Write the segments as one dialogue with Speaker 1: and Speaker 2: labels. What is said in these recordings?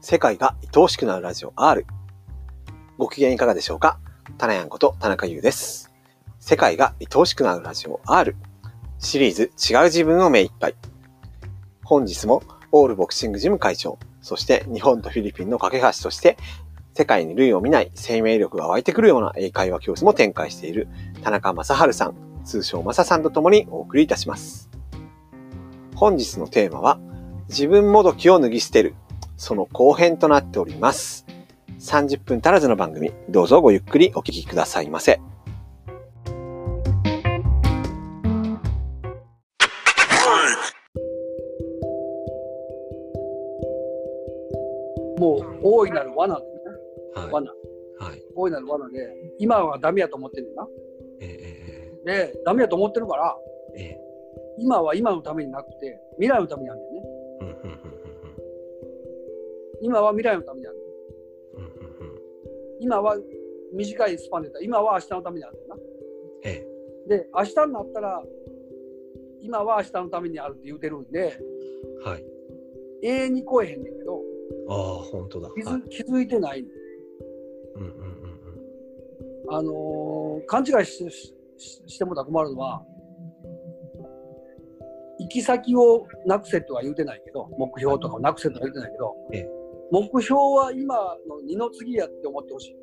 Speaker 1: 世界が愛おしくなるラジオ R。ご機嫌いかがでしょうかタナヤンこと田中優です。世界が愛おしくなるラジオ R。シリーズ違う自分を目いっぱい。本日もオールボクシングジム会長、そして日本とフィリピンの架け橋として、世界に類を見ない生命力が湧いてくるような英会話教室も展開している田中正春さん、通称正さんとともにお送りいたします。本日のテーマは、自分もどきを脱ぎ捨てる、その後編となっております。30分足らずの番組、どうぞごゆっくりお聞きくださいませ。
Speaker 2: もう大いなる罠でね、
Speaker 3: はい。
Speaker 2: 罠
Speaker 3: はい。
Speaker 2: 大いなる罠で、今はダメやと思ってるんだな。
Speaker 3: ええ
Speaker 2: で、ダメやと思ってるから、
Speaker 3: えええええ
Speaker 2: 今は今のためになくて、未来のためにやるんだよね。
Speaker 3: うんうんうん
Speaker 2: 今は未来のためにやる。
Speaker 3: うんうんうんうん
Speaker 2: 今は短いスパンで言ったら今は明日のためにやるんだ
Speaker 3: ええ
Speaker 2: な。で、明日になったら、今は明日のためにあるって言うてるんで、
Speaker 3: はい。
Speaker 2: 永遠に来えへんねんけど、
Speaker 3: ああ、本当だ。はい
Speaker 2: 気。づ気づいてない。
Speaker 3: うんうんうん
Speaker 2: あのー勘違いししししてもたら困るのは、行き先をなくせとは言うてないけど、目標とかをなくせとは言うてないけど、
Speaker 3: ええ
Speaker 2: 目標は今の二の次やって思ってほしい。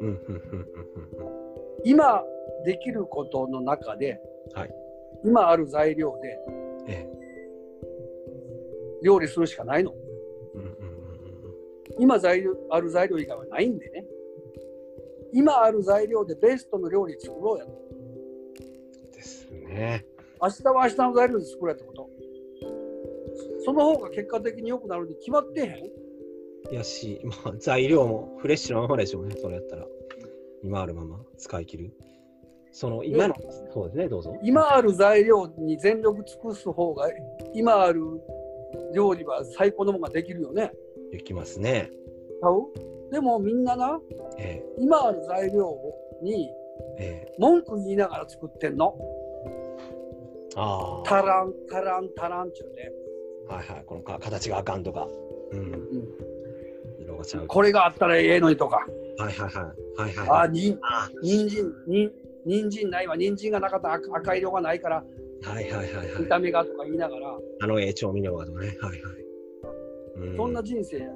Speaker 3: うん。うんうんうんうんうんうん。
Speaker 2: 今できることの中で、
Speaker 3: はい
Speaker 2: 今ある材料で
Speaker 3: ええ。
Speaker 2: 料理するしかないの。
Speaker 3: うんうんうんうん。
Speaker 2: 今材料ある材料以外はないんでね。今ある材料でベストの料理作ろうやと。
Speaker 3: ですね。
Speaker 2: 明日は明日の材料で作れってことその方が結果的に良くなるに決まってへん
Speaker 3: いやし、まあ、材料もフレッシュなままでしょうね、それやったら。今あるまま使い切る。その、今の、そうですね、どうぞ。
Speaker 2: 今ある材料に全力尽くす方が今ある料理は最高のものができるよね
Speaker 3: できますね。
Speaker 2: ちゃうでもみんなな
Speaker 3: え
Speaker 2: 今ある材料に
Speaker 3: えええ
Speaker 2: 文句言いながら作ってんの
Speaker 3: ああ。
Speaker 2: 足らん足らん足らんっちゅうね
Speaker 3: はいはい。このか形があかんとか。うん。
Speaker 2: う
Speaker 3: 色がちゃ
Speaker 2: ん、
Speaker 3: う。
Speaker 2: これがあったらええのにとか
Speaker 3: はいはいはい。はいはい、
Speaker 2: あ
Speaker 3: は
Speaker 2: に人参に人参ないわ人参がなかったら赤赤色がないから
Speaker 3: い。はいはいはいはい
Speaker 2: 見。た目がとか言いながら
Speaker 3: あの、ええ調味料がとかね。はいはい。うん
Speaker 2: そんな人生やね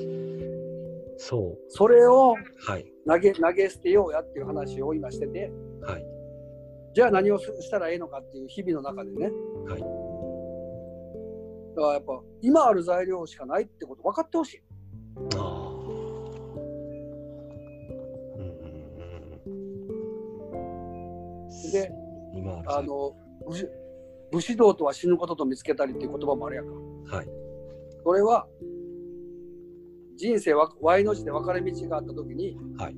Speaker 2: んね
Speaker 3: そ
Speaker 2: それを
Speaker 3: う。はい。
Speaker 2: 投げ投げ捨てようやっていう話を今してて、
Speaker 3: はい。
Speaker 2: じゃあ何をすしたらええのかっていう日々の中でね。
Speaker 3: はい
Speaker 2: だからやっぱ今ある材料しかないってこと分かってほしい。
Speaker 3: ああ。うんうんうん。
Speaker 2: で、
Speaker 3: 今ある
Speaker 2: あの武士武士道とは死ぬことと見つけたりっていう言葉もあるやんか。
Speaker 3: はい。
Speaker 2: それは人生は Y の字で分かれ道があった時に、
Speaker 3: はい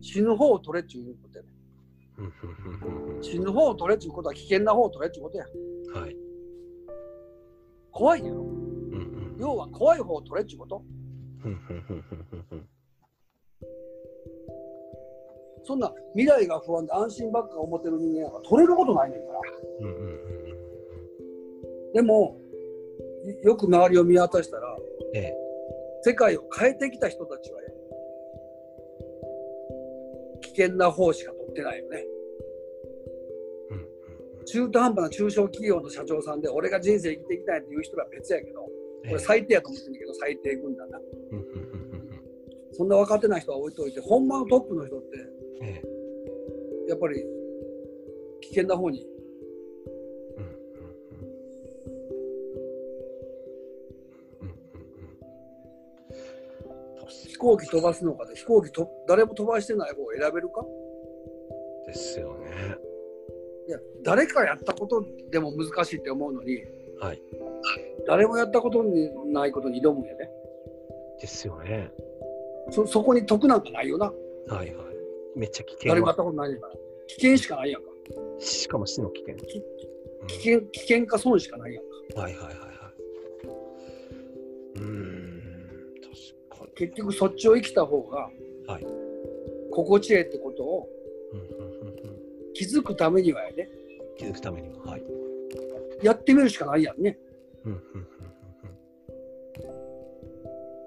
Speaker 2: 死ぬ方を取れっていうことやね。
Speaker 3: うんうんうん
Speaker 2: 死ぬ方を取れっていうことは危険な方を取れっていうことや。
Speaker 3: うんはい。
Speaker 2: 怖いや
Speaker 3: う
Speaker 2: ろ。
Speaker 3: んうん
Speaker 2: 要は怖い方を取れっていうこと。
Speaker 3: うんうんうんうんうん
Speaker 2: そんな未来が不安で安心ばっか思ってる人間なんか取れることないねんから。
Speaker 3: うんうんうんうん
Speaker 2: でも、いよく周りを見渡したら、
Speaker 3: ええ。
Speaker 2: 世界を変えてきた人たちはよ、危険な方しか取ってないよね。
Speaker 3: うんうん
Speaker 2: 中途半端な中小企業の社長さんで、俺が人生生きていきたいっていう人らは別やけど、
Speaker 3: ええ
Speaker 2: 俺最低やと思ってんだけど、最低軍団な。
Speaker 3: うんうんうんうんうん
Speaker 2: そんな分かってない人は置いといて、ほんまのトップの人って、
Speaker 3: ええ
Speaker 2: やっぱり危険な方に
Speaker 3: うんうんうんうんうんうん
Speaker 2: 飛行機飛ばすのかで、飛行機と誰も飛ばしてない方を選べるか
Speaker 3: ですよね。
Speaker 2: いや誰かやったことでも難しいって思うのに、
Speaker 3: はい
Speaker 2: 誰もやったことにないことに挑むんやね
Speaker 3: ですよね。
Speaker 2: そそこに得なんかないよな
Speaker 3: はいはい。めっちゃ危険
Speaker 2: 誰もやったことないから危険しかないやんか
Speaker 3: しかも死の危険。
Speaker 2: 危険危険か損しかないやんか
Speaker 3: はいはいはいはい。うーん、確かに。
Speaker 2: 結局そっちを生きた方が、
Speaker 3: はい
Speaker 2: 心地ええってことを
Speaker 3: うんうんうんうん
Speaker 2: 気づくためにはやね
Speaker 3: 気づくためには。はい。
Speaker 2: やってみるしかないやんね
Speaker 3: うんうんうん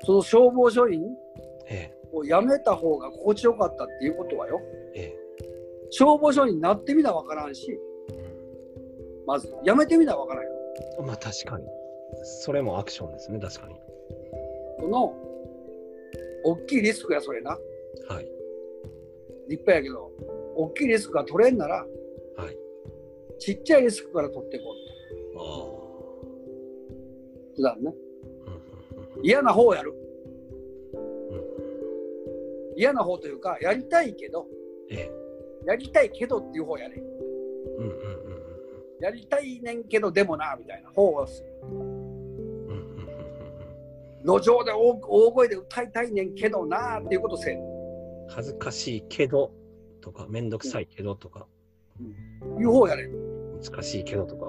Speaker 2: その消防署員
Speaker 3: え
Speaker 2: を辞めた方が心地よかったっていうことはよ
Speaker 3: え、え
Speaker 2: 消防署員になってみなわからんしまず辞めてみなわからんよ
Speaker 3: え。まあ確かに。それもアクションですね、確かに。
Speaker 2: その大きいリスクやそれな
Speaker 3: はい。
Speaker 2: 立派やけど大きいリスクが取れんなら
Speaker 3: はい。
Speaker 2: ちっちゃいリスクから取っていこう
Speaker 3: あ
Speaker 2: と普段ね
Speaker 3: あ。うん
Speaker 2: 嫌な方やる
Speaker 3: うんうん。
Speaker 2: 嫌な方というかやりたいけど
Speaker 3: ええ。
Speaker 2: やりたいけどっていう方やね
Speaker 3: うんうんうん
Speaker 2: やりたいねんけどでもなみたいな方を
Speaker 3: うんうんうんうんうん
Speaker 2: 路上で大大声で歌いたいねんけどなっていうことせん
Speaker 3: うん。恥ずかしいけどとか、めんどくさいけどとか、
Speaker 2: いう方やねん
Speaker 3: 難しいけどとか。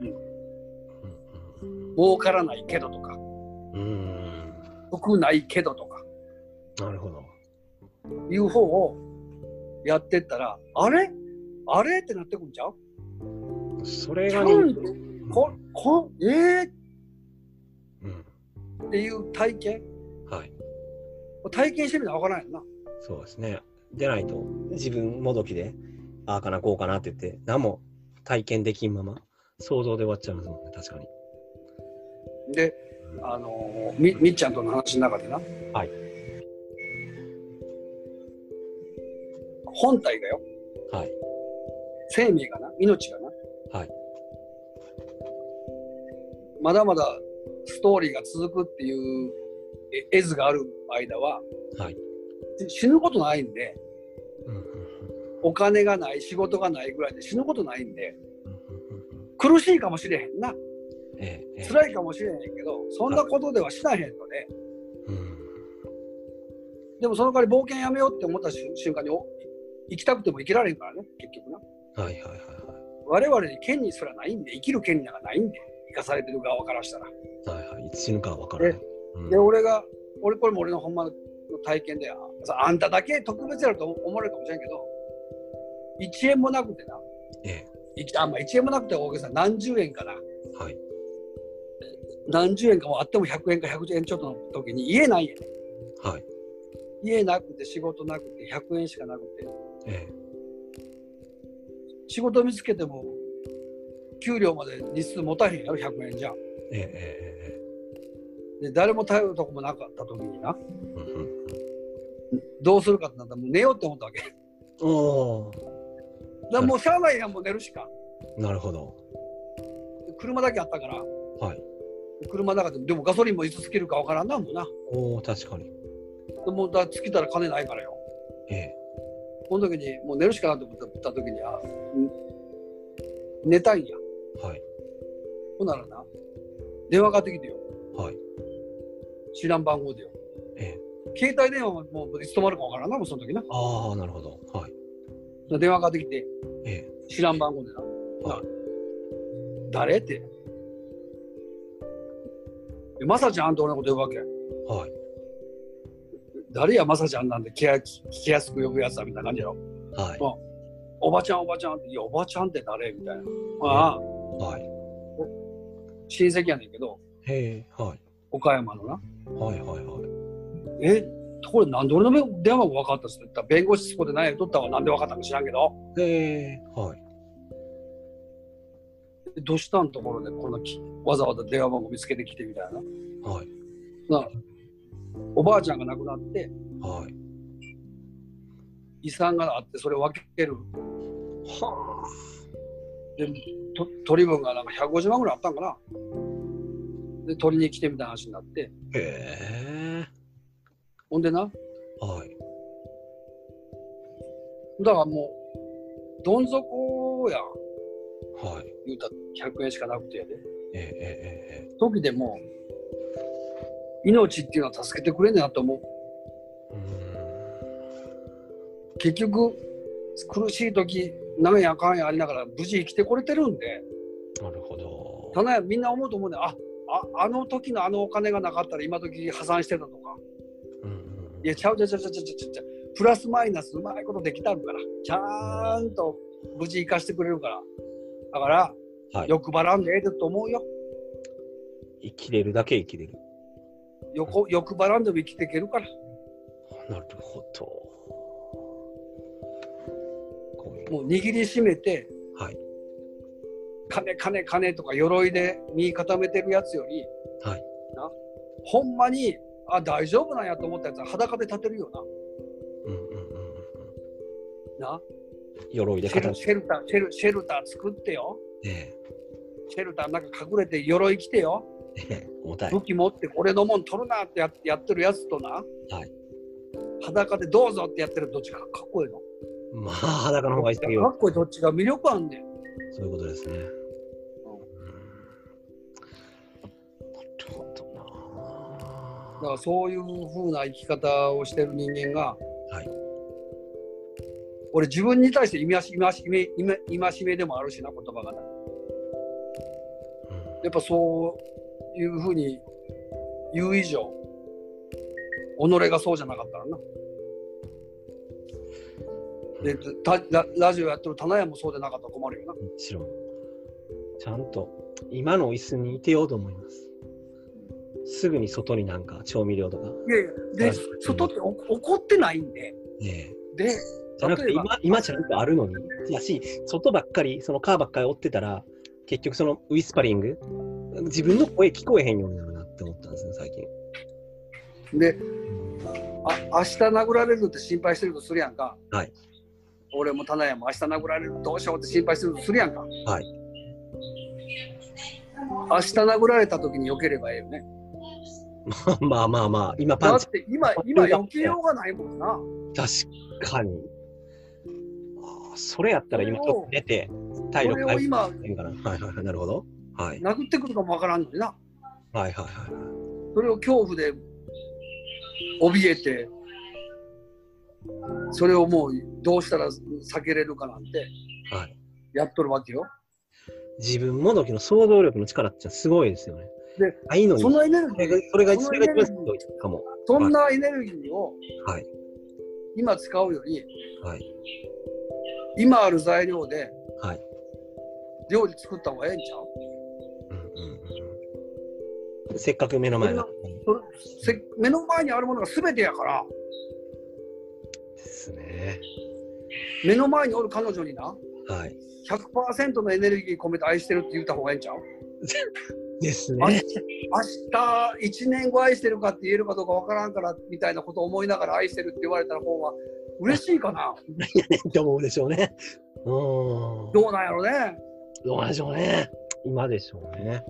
Speaker 2: ん
Speaker 3: うん
Speaker 2: 儲からないけどとか
Speaker 3: うんうん。うーん。
Speaker 2: 服ないけどとか
Speaker 3: なるほど。
Speaker 2: いう方をやってったらあれあれってなってくんちゃう
Speaker 3: それ
Speaker 2: ち
Speaker 3: が
Speaker 2: ゃ
Speaker 3: ね
Speaker 2: うんよここえー、
Speaker 3: うん。
Speaker 2: っていう体験
Speaker 3: はい。
Speaker 2: 体験してみたら分からんよな
Speaker 3: そうですね。でないと、自分もどきで、ああかな、こうかなって言って、何も体験できんまま、想像で終わっちゃいますもんね、確かに。
Speaker 2: であのーみみっちゃんとの話の中でな、
Speaker 3: はい
Speaker 2: 本体がよ
Speaker 3: はい。
Speaker 2: 生命がな命がな、
Speaker 3: はい
Speaker 2: まだまだストーリーが続くっていう絵絵図がある間は、
Speaker 3: はい
Speaker 2: 死ぬことないんで
Speaker 3: うんうんうん
Speaker 2: お金がない仕事がないぐらいで死ぬことないんで
Speaker 3: うんうんうん
Speaker 2: 苦しいかもしれへんな
Speaker 3: ええええ。
Speaker 2: 辛いかもしれへんけどそんなことでは死なへんので、
Speaker 3: うん
Speaker 2: でもその代わり冒険やめようって思った瞬瞬間にお生きたくても生きられへんからね結局な
Speaker 3: はいはいはい
Speaker 2: 我々に権利すらないんで生きる権利なんかないんで生かされてる側からしたら、
Speaker 3: はい。はいはい。いつ死ぬかは分からない。うん
Speaker 2: で俺が俺これも俺のほんまの体験でああんただけ特別やろと思われるかもしれんけど1円もなくてな
Speaker 3: ええ。
Speaker 2: いきあ、まあ、1円もなくては大げさ何十円かな
Speaker 3: はい。
Speaker 2: 何十円かもあっても100円か110円ちょっとの時に家ないんやね
Speaker 3: はい。
Speaker 2: 家なくて仕事なくて100円しかなくて
Speaker 3: ええ。
Speaker 2: 仕事見つけても給料まで日数持たへんやろ100円じゃん
Speaker 3: ええええ
Speaker 2: で誰も頼るとこもなかった時にな
Speaker 3: ええ。うんうん
Speaker 2: どうするかってなったらもう寝ようって思ったわけ だか
Speaker 3: お
Speaker 2: らもうしゃあないやんもう寝るしか
Speaker 3: お。なるほど。
Speaker 2: 車だけあったから
Speaker 3: はい。
Speaker 2: 車の中でもでもガソリンもいつつけるかわからんなもんな
Speaker 3: おお、確かに。
Speaker 2: でもうだ尽きたら金ないからよ
Speaker 3: ええ。
Speaker 2: この時にもう寝るしかなと思った時には寝たんや
Speaker 3: はい。
Speaker 2: ほんならな電話かかってきてよ
Speaker 3: はい。
Speaker 2: 知らん番号でよ
Speaker 3: ええ。
Speaker 2: 携帯電話ももういつ止まるかわからんなもうその時な
Speaker 3: ああ、なるほど。はい。
Speaker 2: 電話かかってきて
Speaker 3: ええ。
Speaker 2: 知らん番号でな。
Speaker 3: はい
Speaker 2: 誰って。えまさちゃんと俺のこと呼ぶわけ。
Speaker 3: はい。
Speaker 2: 誰やまさちゃんなんで聞きや聞きやすく呼ぶやつだみたいな感じやろ。
Speaker 3: はい。
Speaker 2: おばちゃんおばちゃんって、いやおばちゃんって誰みたいな。まあ、
Speaker 3: はい。
Speaker 2: 親戚やねんけど、
Speaker 3: へえ。はい。
Speaker 2: 岡山のな。
Speaker 3: はいはいはい。
Speaker 2: え、ところでなんで俺の電話番号分かったっすって言ったら、弁護士そこで何やりとったわなんで分かったか知らんけど、
Speaker 3: ええはい。
Speaker 2: えどうしたんところでこんなきわざわざ電話番号見つけてきてみたいな。
Speaker 3: はい。
Speaker 2: おばあちゃんが亡くなって、
Speaker 3: はい。
Speaker 2: 遺産があって、それを分ける
Speaker 3: は
Speaker 2: でと取り分がなんか150万ぐらいあったんかなで取りに来てみたいな話になって
Speaker 3: あ。へえ。
Speaker 2: ほんでな
Speaker 3: はい。
Speaker 2: だからもうどん底やん
Speaker 3: はい。
Speaker 2: 言うたら100円しかなくてやで
Speaker 3: えええええ
Speaker 2: 時でも命っていうのは助けてくれんねんなと思う
Speaker 3: え。うーん。
Speaker 2: 結局苦しい時なんやかんやありながら無事生きてこれてるんで
Speaker 3: なるほど。
Speaker 2: ただやみんな思うと思うねんあああの時のあのお金がなかったら今時破産してたとか
Speaker 3: うんうんうん
Speaker 2: いや、ちゃうちゃうちゃうちゃうちゃうちゃうちゃう。プラスマイナスうまいことできたんから。ちゃんと無事生かしてくれるから。だから、
Speaker 3: はい
Speaker 2: 欲張らんでええと思うよ。
Speaker 3: 生きれるだけ生きれる。
Speaker 2: 横欲張らんでも生きていけるから。
Speaker 3: なるほど。こういう
Speaker 2: もう握りしめて、
Speaker 3: はい
Speaker 2: 金金金とか鎧で身固めてるやつより、
Speaker 3: はい
Speaker 2: なほんまにあ大丈夫なんやと思ったやつは裸で立てるよ
Speaker 3: うんうんうんうんうん。
Speaker 2: なな
Speaker 3: 鎧で
Speaker 2: シェ
Speaker 3: 固
Speaker 2: ル
Speaker 3: め
Speaker 2: シェルターシェルシェルター作ってよ
Speaker 3: て、
Speaker 2: シェルターの中隠れて鎧着てよ
Speaker 3: 重たい。
Speaker 2: 武器持って俺のもん取るなってややってるやつとな、
Speaker 3: はい
Speaker 2: 裸でどうぞってやってるどっちがかっこいいの
Speaker 3: まあ、裸の方がいいですけ
Speaker 2: か
Speaker 3: ど、
Speaker 2: っこいいどっちが魅力あんねん
Speaker 3: そういうことですね。うんなるほどな
Speaker 2: だからそういう風な生き方をしてる人間が、
Speaker 3: はい
Speaker 2: 俺自分に対して戒め戒め戒め戒めでもあるしな言葉がな
Speaker 3: うん
Speaker 2: やっぱそういう風に言う以上己がそうじゃなかったらなでたララジオやってる棚屋もそうでなかったら困るよな
Speaker 3: もちろん。ちゃんと今の椅子にいてようと思います。すぐに外になんか調味料とか。
Speaker 2: いやいやで、
Speaker 3: はい
Speaker 2: 外ってお怒ってないんで
Speaker 3: ねえ
Speaker 2: で
Speaker 3: じゃなくて
Speaker 2: 例えば
Speaker 3: 今、今ちゃんとあるのに。やし、外ばっかり、そのカーばっかり追ってたら、結局そのウィスパリング、自分の声聞こえへんようになるなって思ったんですね、最近。
Speaker 2: であ明日殴られるって心配してるとするやんか、
Speaker 3: はい
Speaker 2: 俺も棚屋も明日殴られるどうしようって心配してるとするやんか、
Speaker 3: はい
Speaker 2: 明日殴られた時に避ければええよね
Speaker 3: まあまあまあ、今
Speaker 2: だ
Speaker 3: パン
Speaker 2: っ
Speaker 3: チ、
Speaker 2: て今今避けようがないもんな
Speaker 3: 確かに。ああ、それやったら今ちょっと出て、
Speaker 2: そ
Speaker 3: 体力
Speaker 2: れを
Speaker 3: 回復
Speaker 2: 今
Speaker 3: してるから。はいはいはい、なるほど。はい。
Speaker 2: 殴ってくるかもわからんのにな
Speaker 3: はいはいはい。
Speaker 2: それを恐怖で怯えてそれをもうどうしたら避けれるかなんて
Speaker 3: はい、
Speaker 2: やっとるわけよ
Speaker 3: 自分もどきの想像力の力ってすごいですよね。
Speaker 2: で、
Speaker 3: あいいのに、
Speaker 2: そ
Speaker 3: そ
Speaker 2: のエネルギ
Speaker 3: れ
Speaker 2: ー
Speaker 3: が、それが、
Speaker 2: そ
Speaker 3: そ
Speaker 2: の
Speaker 3: れが
Speaker 2: エネルギ
Speaker 3: 一番
Speaker 2: ー
Speaker 3: すごいかも。
Speaker 2: そんなエネルギーを
Speaker 3: はい。
Speaker 2: 今使うより、
Speaker 3: はい
Speaker 2: 今ある材料で
Speaker 3: はい。
Speaker 2: 料理作った方がええんちゃう
Speaker 3: うんうんうん。せっかく目の前の。
Speaker 2: せ目の前にあるものが全てやから
Speaker 3: ですね。
Speaker 2: 目の前におる彼女にな
Speaker 3: はい。
Speaker 2: 100%のエネルギー込めて愛してるって言った方がええんちゃう
Speaker 3: です
Speaker 2: 明
Speaker 3: ね
Speaker 2: 日。明日1年後愛してるかって言えるかどうかわからんからみたいなことを思いながら愛してるって言われた方が嬉しいか な
Speaker 3: って思うでしょうね。うーん。
Speaker 2: どうなんやろね
Speaker 3: どうなんでしょうね。今でしょうね。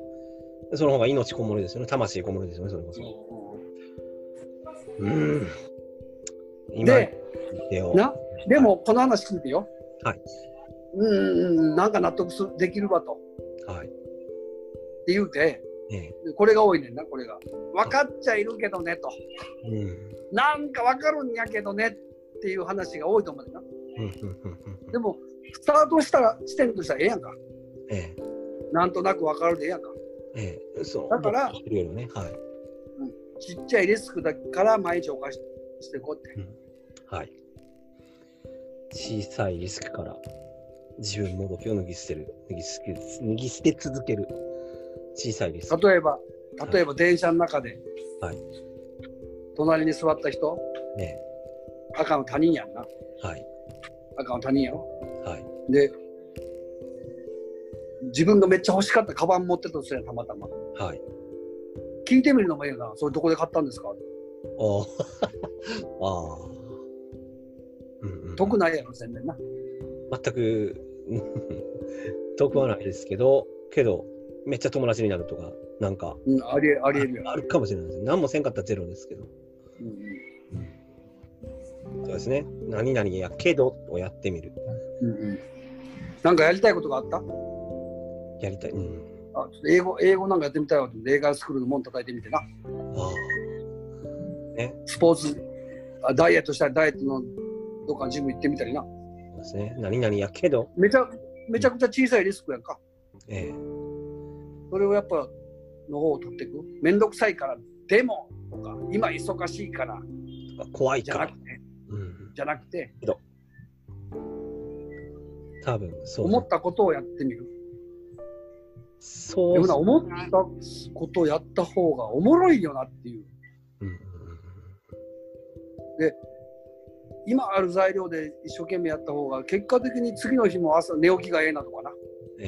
Speaker 3: その方が命こもるですよね。魂こもるですよね、それこそ。うん。今
Speaker 2: で
Speaker 3: でを。
Speaker 2: なでもこの話聞いてよ
Speaker 3: はい
Speaker 2: うんうんなんか納得するできるわとっ
Speaker 3: はい。
Speaker 2: て言うて
Speaker 3: ね
Speaker 2: これが多いねんなこれが分かっちゃいるけどねと
Speaker 3: え。うん。
Speaker 2: なんか分かるんやけどねっていう話が多いと思うねんな
Speaker 3: うんうんうんうんう
Speaker 2: で
Speaker 3: ん。
Speaker 2: もスタートしたら地点としたらええやんか
Speaker 3: ええ。
Speaker 2: なんとなく分かるでええやんか
Speaker 3: ええ、そう。
Speaker 2: だから
Speaker 3: 僕知ってるよりもね、はい。
Speaker 2: ちっちゃいリスクだから毎日犯してこうって
Speaker 3: はい。小さいリスクから自分の動きを脱ぎ捨てる。脱ぎ捨て脱ぎ捨て続ける。小さいリスク。
Speaker 2: 例えば例えば電車の中で、
Speaker 3: はい
Speaker 2: 隣に座った人
Speaker 3: ね
Speaker 2: 赤の他人やんな
Speaker 3: はい。
Speaker 2: 赤の他人やろ
Speaker 3: はい。
Speaker 2: で自分がめっちゃ欲しかったカバン持ってたとすればたまたま
Speaker 3: はい。
Speaker 2: 聞いてみるのもいいよなそれどこで買ったんですか
Speaker 3: おー ああ。うんうん、
Speaker 2: 得ないやろ全然な
Speaker 3: 全く うん得はないですけど、けど、めっちゃ友達になるとか、なんか、
Speaker 2: うんありえありえるやん
Speaker 3: あるかもしれないですね。何もせんかったらゼロですけど。
Speaker 2: うんうん
Speaker 3: そうですね。何々やけどをやってみる。
Speaker 2: うんうんなんかやりたいことがあったあ
Speaker 3: やりたい。うん
Speaker 2: ちょっと英語英語なんかやってみたいわと思って映画スクールの門叩いてみてな
Speaker 3: あ
Speaker 2: スポーツあダイエットしたらダイエットのどっかのジム行ってみたりな
Speaker 3: あ、そうですね。何々やけど、
Speaker 2: めちゃめちゃくちゃ小さいリスクやんか
Speaker 3: ええ
Speaker 2: それをやっぱの方を取っていくめんどくさいからでもとか今忙しいから
Speaker 3: とか怖い
Speaker 2: じゃな
Speaker 3: か
Speaker 2: くて
Speaker 3: うん。
Speaker 2: じゃなくて
Speaker 3: 多分、そう。
Speaker 2: 思ったことをやってみる。
Speaker 3: そ
Speaker 2: で
Speaker 3: う
Speaker 2: もな思ったことをやった方がおもろいよなっていう。
Speaker 3: うんうん
Speaker 2: 今ある材料で一生懸命やった方が結果的に次の日も朝寝起きがええなとかな
Speaker 3: うん。え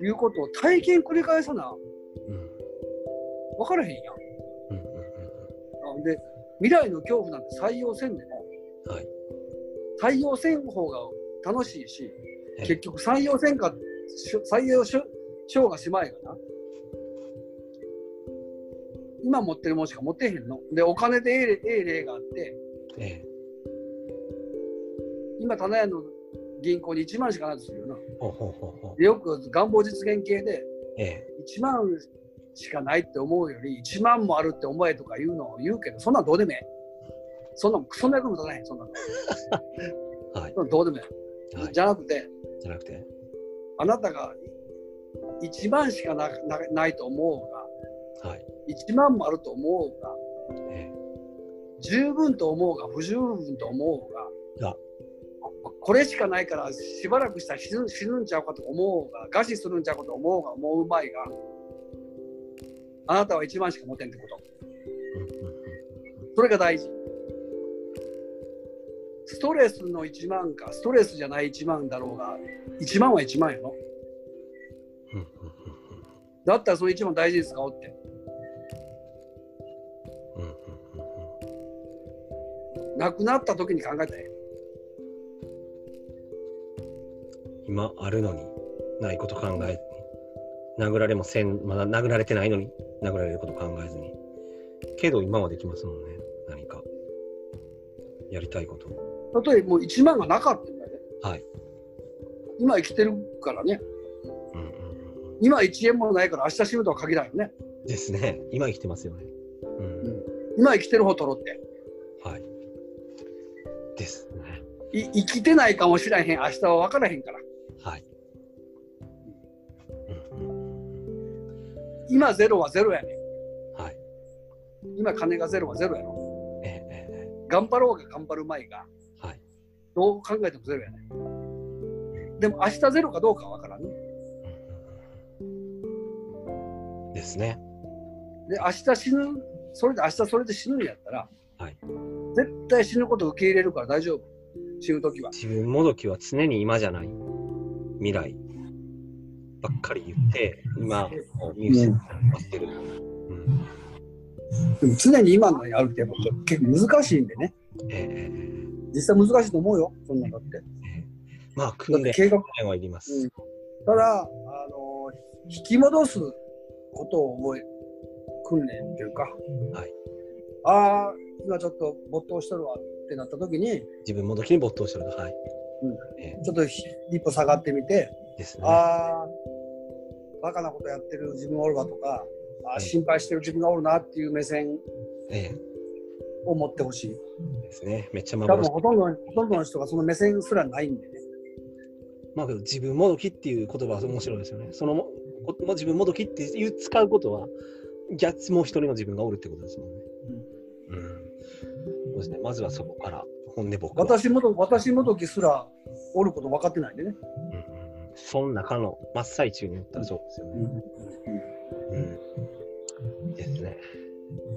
Speaker 2: いうことを体験繰り返さな
Speaker 3: えうん
Speaker 2: 分からへんやん
Speaker 3: うんうんうん
Speaker 2: なんで未来の恐怖なんて採用せんでも、
Speaker 3: はい
Speaker 2: 採用せん方が楽しいし
Speaker 3: ええ
Speaker 2: 結局採用せんかし採用し賞がしまいがな今持ってるもんしか持ってへんのでお金でええ例ええ例があって
Speaker 3: ええ。
Speaker 2: 今棚屋の銀行に1万しかないとするよな
Speaker 3: ほうほうほうほう。
Speaker 2: でよく願望実現系で
Speaker 3: ええ。
Speaker 2: 1万しかないって思うより1万もあるって思えとか言うのを言うけどそんなんどうでもええそんなんクソの役にも立たないそ んなん
Speaker 3: はい。
Speaker 2: そんなんどうでもええ、
Speaker 3: はい。
Speaker 2: じゃなくて
Speaker 3: じゃなくて。
Speaker 2: あなたが1万しかななないと思うが
Speaker 3: はい。
Speaker 2: 1万もあると思うが
Speaker 3: え
Speaker 2: 十分と思うが不十分と思うが
Speaker 3: あ
Speaker 2: ここれしかないからしばらくしたら死ぬ死ぬんちゃうかと思うが餓死するんちゃうかと思うがもううまいがあなたは1万しか持てんってこと
Speaker 3: え。うんうんうん。
Speaker 2: それが大事。ストレスの1万か、ストレスじゃない1万だろうが、1万は1万やろ。
Speaker 3: うんうん
Speaker 2: だったらその1万大事に使おうって。
Speaker 3: うんうんうんうんうん。
Speaker 2: なくなった時に考えたらえ
Speaker 3: 今あるのにないこと考えずに殴られもせんまだ殴られてないのに殴られること考えずにけど今はできますもんね何かやりたいことを
Speaker 2: え。例えばもう1万がなかったんだよね。
Speaker 3: はい
Speaker 2: 今生きてるからね。
Speaker 3: うんうんうんう
Speaker 2: 今1円もないから明日死ぬとは限らんよね。
Speaker 3: んですね今生きてますよねうん、
Speaker 2: うん今生きてる方取ろうって。
Speaker 3: はいですね
Speaker 2: い生きてないかもしれへん、明日は分からへんから。
Speaker 3: はい、うんうん
Speaker 2: 今ゼロはゼロやねん。
Speaker 3: はい
Speaker 2: 今金がゼロはゼロやろ。
Speaker 3: ええええ
Speaker 2: 頑張ろうが頑張るまいが。
Speaker 3: ええはい
Speaker 2: どう考えてもゼロやね。でも明日ゼロかどうかは分からんね。
Speaker 3: うんうんうんですね
Speaker 2: で、明日死ぬ、それで明日それで死ぬんやったら、
Speaker 3: はい
Speaker 2: 絶対死ぬこと受け入れるから大丈夫。死ぬときは。
Speaker 3: 自分もどきは常に今じゃない未来ばっかり言って今を見失ってる、うん
Speaker 2: でも常に今のやるってやっぱ結構難しいんでね。
Speaker 3: えええ
Speaker 2: 実際難しいと思うよ、そんなんだって。
Speaker 3: えええまあ
Speaker 2: だ
Speaker 3: 訓
Speaker 2: って
Speaker 3: 練
Speaker 2: 計画
Speaker 3: はいります、
Speaker 2: うんただ、あの引き戻すことを覚え訓練っていうか、
Speaker 3: はい
Speaker 2: ああ、今ちょっと没頭しとるわってなったときに、
Speaker 3: 自分もどきに没頭してるとはい、
Speaker 2: うん
Speaker 3: ええ
Speaker 2: ちょっとひ一歩下がってみて、
Speaker 3: ですね
Speaker 2: ああ、バカなことやってる自分おるわとか、あ
Speaker 3: う
Speaker 2: あ、
Speaker 3: ん
Speaker 2: 心配してる自分がおるなっていう目線
Speaker 3: え
Speaker 2: を持ってほしい。
Speaker 3: えですねめっちゃ
Speaker 2: 多分
Speaker 3: 幻
Speaker 2: ほとんどのほとんどの人がその目線すらないんでね。
Speaker 3: まあけど自分もどきっていう言葉は面白いですよねそのもこも自分もどきっていう使うことは逆もう一人の自分がおるってことですもんね、うんそうですねまずはそこから本音僕は
Speaker 2: 私もど私もどきすらおること分かってないんでね。
Speaker 3: その中の真っ最中に言ったらそうですよね。うん。ですね。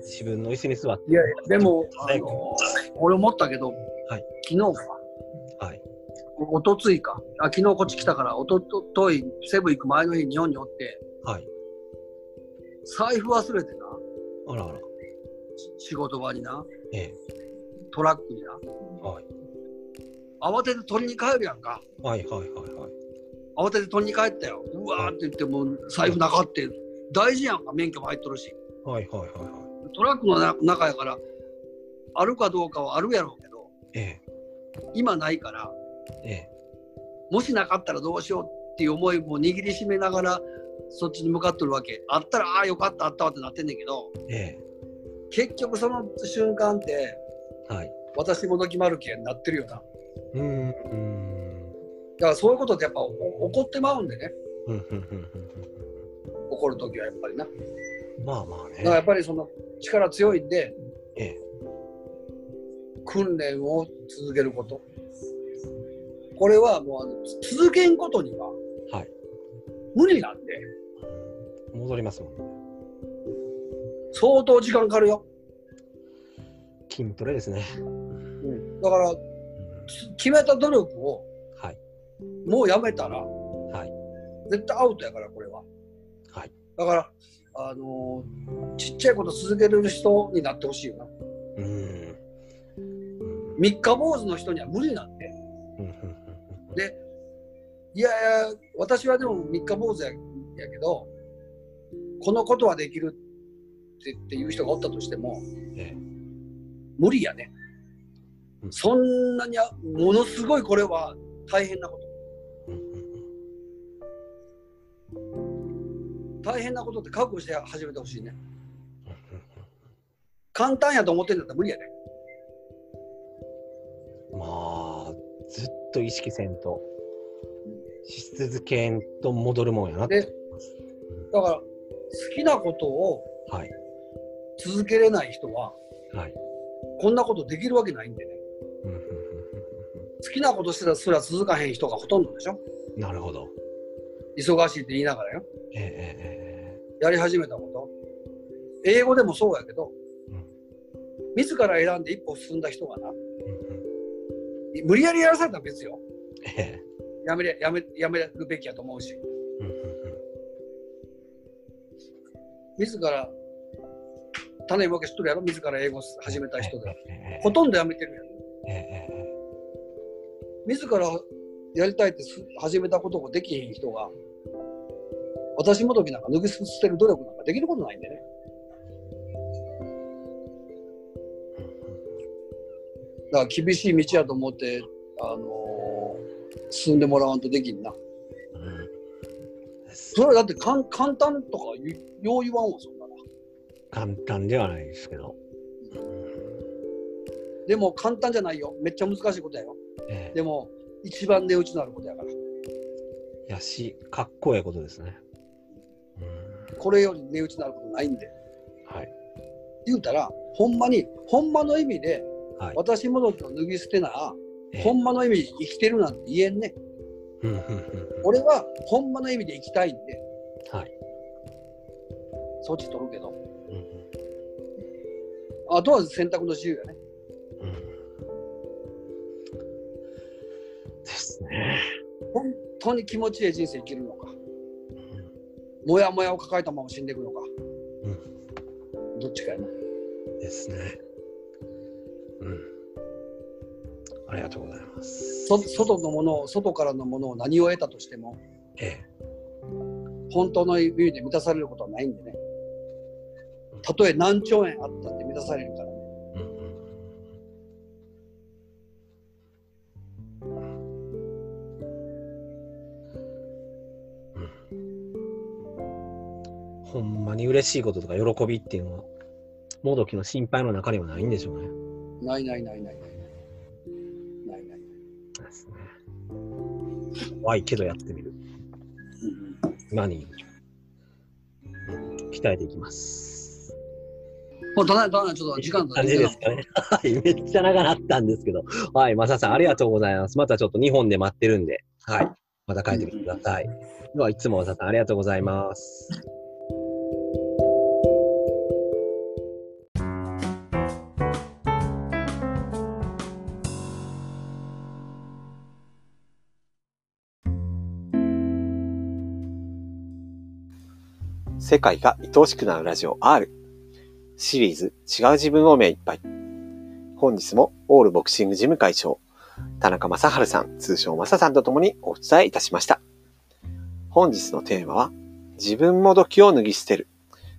Speaker 3: 自分の椅子に座って、
Speaker 2: いやいや、でも、あの俺思ったけど、
Speaker 3: はい
Speaker 2: 昨日か、
Speaker 3: はい。
Speaker 2: おとついかあ、昨日こっち来たから、おととい、セブン行く前の日、日本におって、
Speaker 3: はい。
Speaker 2: 財布忘れてな、
Speaker 3: あらあら。
Speaker 2: し仕事場にな、
Speaker 3: ええ。
Speaker 2: トラックにな、
Speaker 3: はい。
Speaker 2: 慌てて取りに帰るやんか。
Speaker 3: はいはいはいはい。
Speaker 2: 慌てて取りに帰ったよ。うわーって言って、もう財布なかって、大事やんか、免許も入っとるし。
Speaker 3: はいはいはいはい。
Speaker 2: トラックのな中やから、あるかどうかはあるやろうけど、
Speaker 3: ええ。
Speaker 2: 今ないから、
Speaker 3: ええ。
Speaker 2: もしなかったらどうしようっていう思いも握りしめながら、そっちに向かっとるわけ。あったら、ああ、よかった、あったわってなってんねんけど、
Speaker 3: ええ。
Speaker 2: 結局その瞬間って、
Speaker 3: はい。
Speaker 2: 私もどきまるけになってるよな。だか
Speaker 3: うーん。うーん。
Speaker 2: らそういうことってやっぱお怒ってまうんでね、
Speaker 3: うんうんうんうん
Speaker 2: 怒るときはやっぱりな。だ
Speaker 3: うんまあまあね。
Speaker 2: からやっぱりその力強いんで、
Speaker 3: ええ。
Speaker 2: 訓練を続けることこれはもうあのつ続けんことには
Speaker 3: はい
Speaker 2: 無理なんで
Speaker 3: 戻りますもんね。
Speaker 2: 相当時間かかるよ
Speaker 3: 筋トレですね。
Speaker 2: だから、
Speaker 3: うん
Speaker 2: 決めた努力を
Speaker 3: はい。
Speaker 2: もうやめたら、
Speaker 3: はい。
Speaker 2: 絶対アウトやから、これは。
Speaker 3: はい。
Speaker 2: だから、あのーちっちゃいこと続けれる人になってほしいよな。
Speaker 3: うん。うん
Speaker 2: 三日坊主の人には無理なんで。
Speaker 3: うんうんうん
Speaker 2: で、いやいや、私はでも三日坊主ややけど、このことはできるってっていう人がおったとしても、
Speaker 3: ええ
Speaker 2: 無理やね
Speaker 3: う。ん
Speaker 2: そんなにあ、ものすごいこれは大変なこと。
Speaker 3: うんうん
Speaker 2: 大変なことって覚悟して始めてほしいね。
Speaker 3: う
Speaker 2: 簡単やと思ってんだったら無理やね。
Speaker 3: んまあ、ずっと意識せんと、し続けんと戻るもんやなって思います。
Speaker 2: だから、好きなことを
Speaker 3: うんはい。
Speaker 2: 続けれない人は、
Speaker 3: はい。
Speaker 2: こんなことできるわけないんでね。
Speaker 3: うんうんうんうん
Speaker 2: 好きなことしてたらすら続かへん人がほとんどでしょ。
Speaker 3: うんなるほど。
Speaker 2: 忙しいって言いながらよ。
Speaker 3: ええええ
Speaker 2: やり始めたこと英語でもそうやけど、
Speaker 3: うん
Speaker 2: 自ら選んで一歩進んだ人がな
Speaker 3: ええうんうん
Speaker 2: 無理やりやらされたら別よ
Speaker 3: ええ
Speaker 2: やめれやめやめるべきやと思うし
Speaker 3: うんうんうん
Speaker 2: 自ら種分けしとるやろ自ら英語始めた人で
Speaker 3: ええええ
Speaker 2: ほとんどやめてるやん
Speaker 3: ええええ
Speaker 2: 自らやりたいってす始めたことができへん人が私もどきなんか脱ぎ捨てる努力なんかできることないんでねだから厳しい道やと思って、あのー進んでもらわんとできんなそれはだってかん簡単とか言うよう言わんわそんなの
Speaker 3: 簡単ではないですけど。
Speaker 2: でも簡単じゃないよめっちゃ難しいことやよ
Speaker 3: ええ
Speaker 2: でも一番値打ちのあることやから
Speaker 3: やし、かっこええことですね。
Speaker 2: これより値打ちのあることないんで
Speaker 3: はい。
Speaker 2: 言うたらほんまにほんまの意味で
Speaker 3: はい。
Speaker 2: 私もどきを脱ぎ捨てなら
Speaker 3: ええ
Speaker 2: ほんまの意味で生きてるなんて言えんね
Speaker 3: うんうんうんうん
Speaker 2: 俺はほんまの意味で生きたいんで
Speaker 3: はい。
Speaker 2: そっち取るけど
Speaker 3: うんうん
Speaker 2: あとは選択の自由やね
Speaker 3: うんですね。
Speaker 2: 本当に気持ちいい人生生きるのか
Speaker 3: うん
Speaker 2: モヤモヤを抱えたまま死んでいくのか、どっちかやな
Speaker 3: ですね。うん。ありがとうございます。
Speaker 2: そ外のものを外からのものを何を得たとしても
Speaker 3: ええ。
Speaker 2: 本当の意味で満たされることはないんでねたとえ何兆円あったって満たされるからね
Speaker 3: うんうんうんうんほんまに嬉しいこととか喜びっていうのは、もどきの心配の中にはないんでしょうね。
Speaker 2: ないないないないないないない
Speaker 3: 怖いけどやってみる。何鍛えていきます。
Speaker 2: もうだなだなちょっと時間
Speaker 3: 感じですかね。はい、 めっちゃ長なったんですけど。はい、マサさんありがとうございます。またちょっと日本で待ってるんで、はい、また帰ってきてください。では、いつもマサさんありがとうございます。
Speaker 1: 世界が愛おしくなるラジオ R シリーズ違う自分を目いっぱい本日もオールボクシングジム会長田中正治さん通称正さんと共にお伝えいたしました本日のテーマは自分もどきを脱ぎ捨てる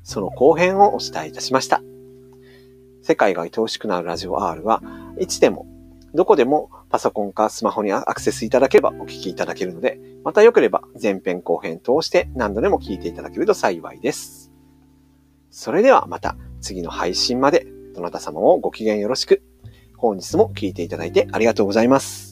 Speaker 1: その後編をお伝えいたしました世界が愛おしくなるラジオ R はいつでもどこでもパソコンかスマホにアクセスいただければお聞きいただけるのでまた良ければ前編後編通して何度でも聞いていただけると幸いです。それではまた次の配信までどなた様もご機嫌よろしく。本日も聞いていただいてありがとうございます。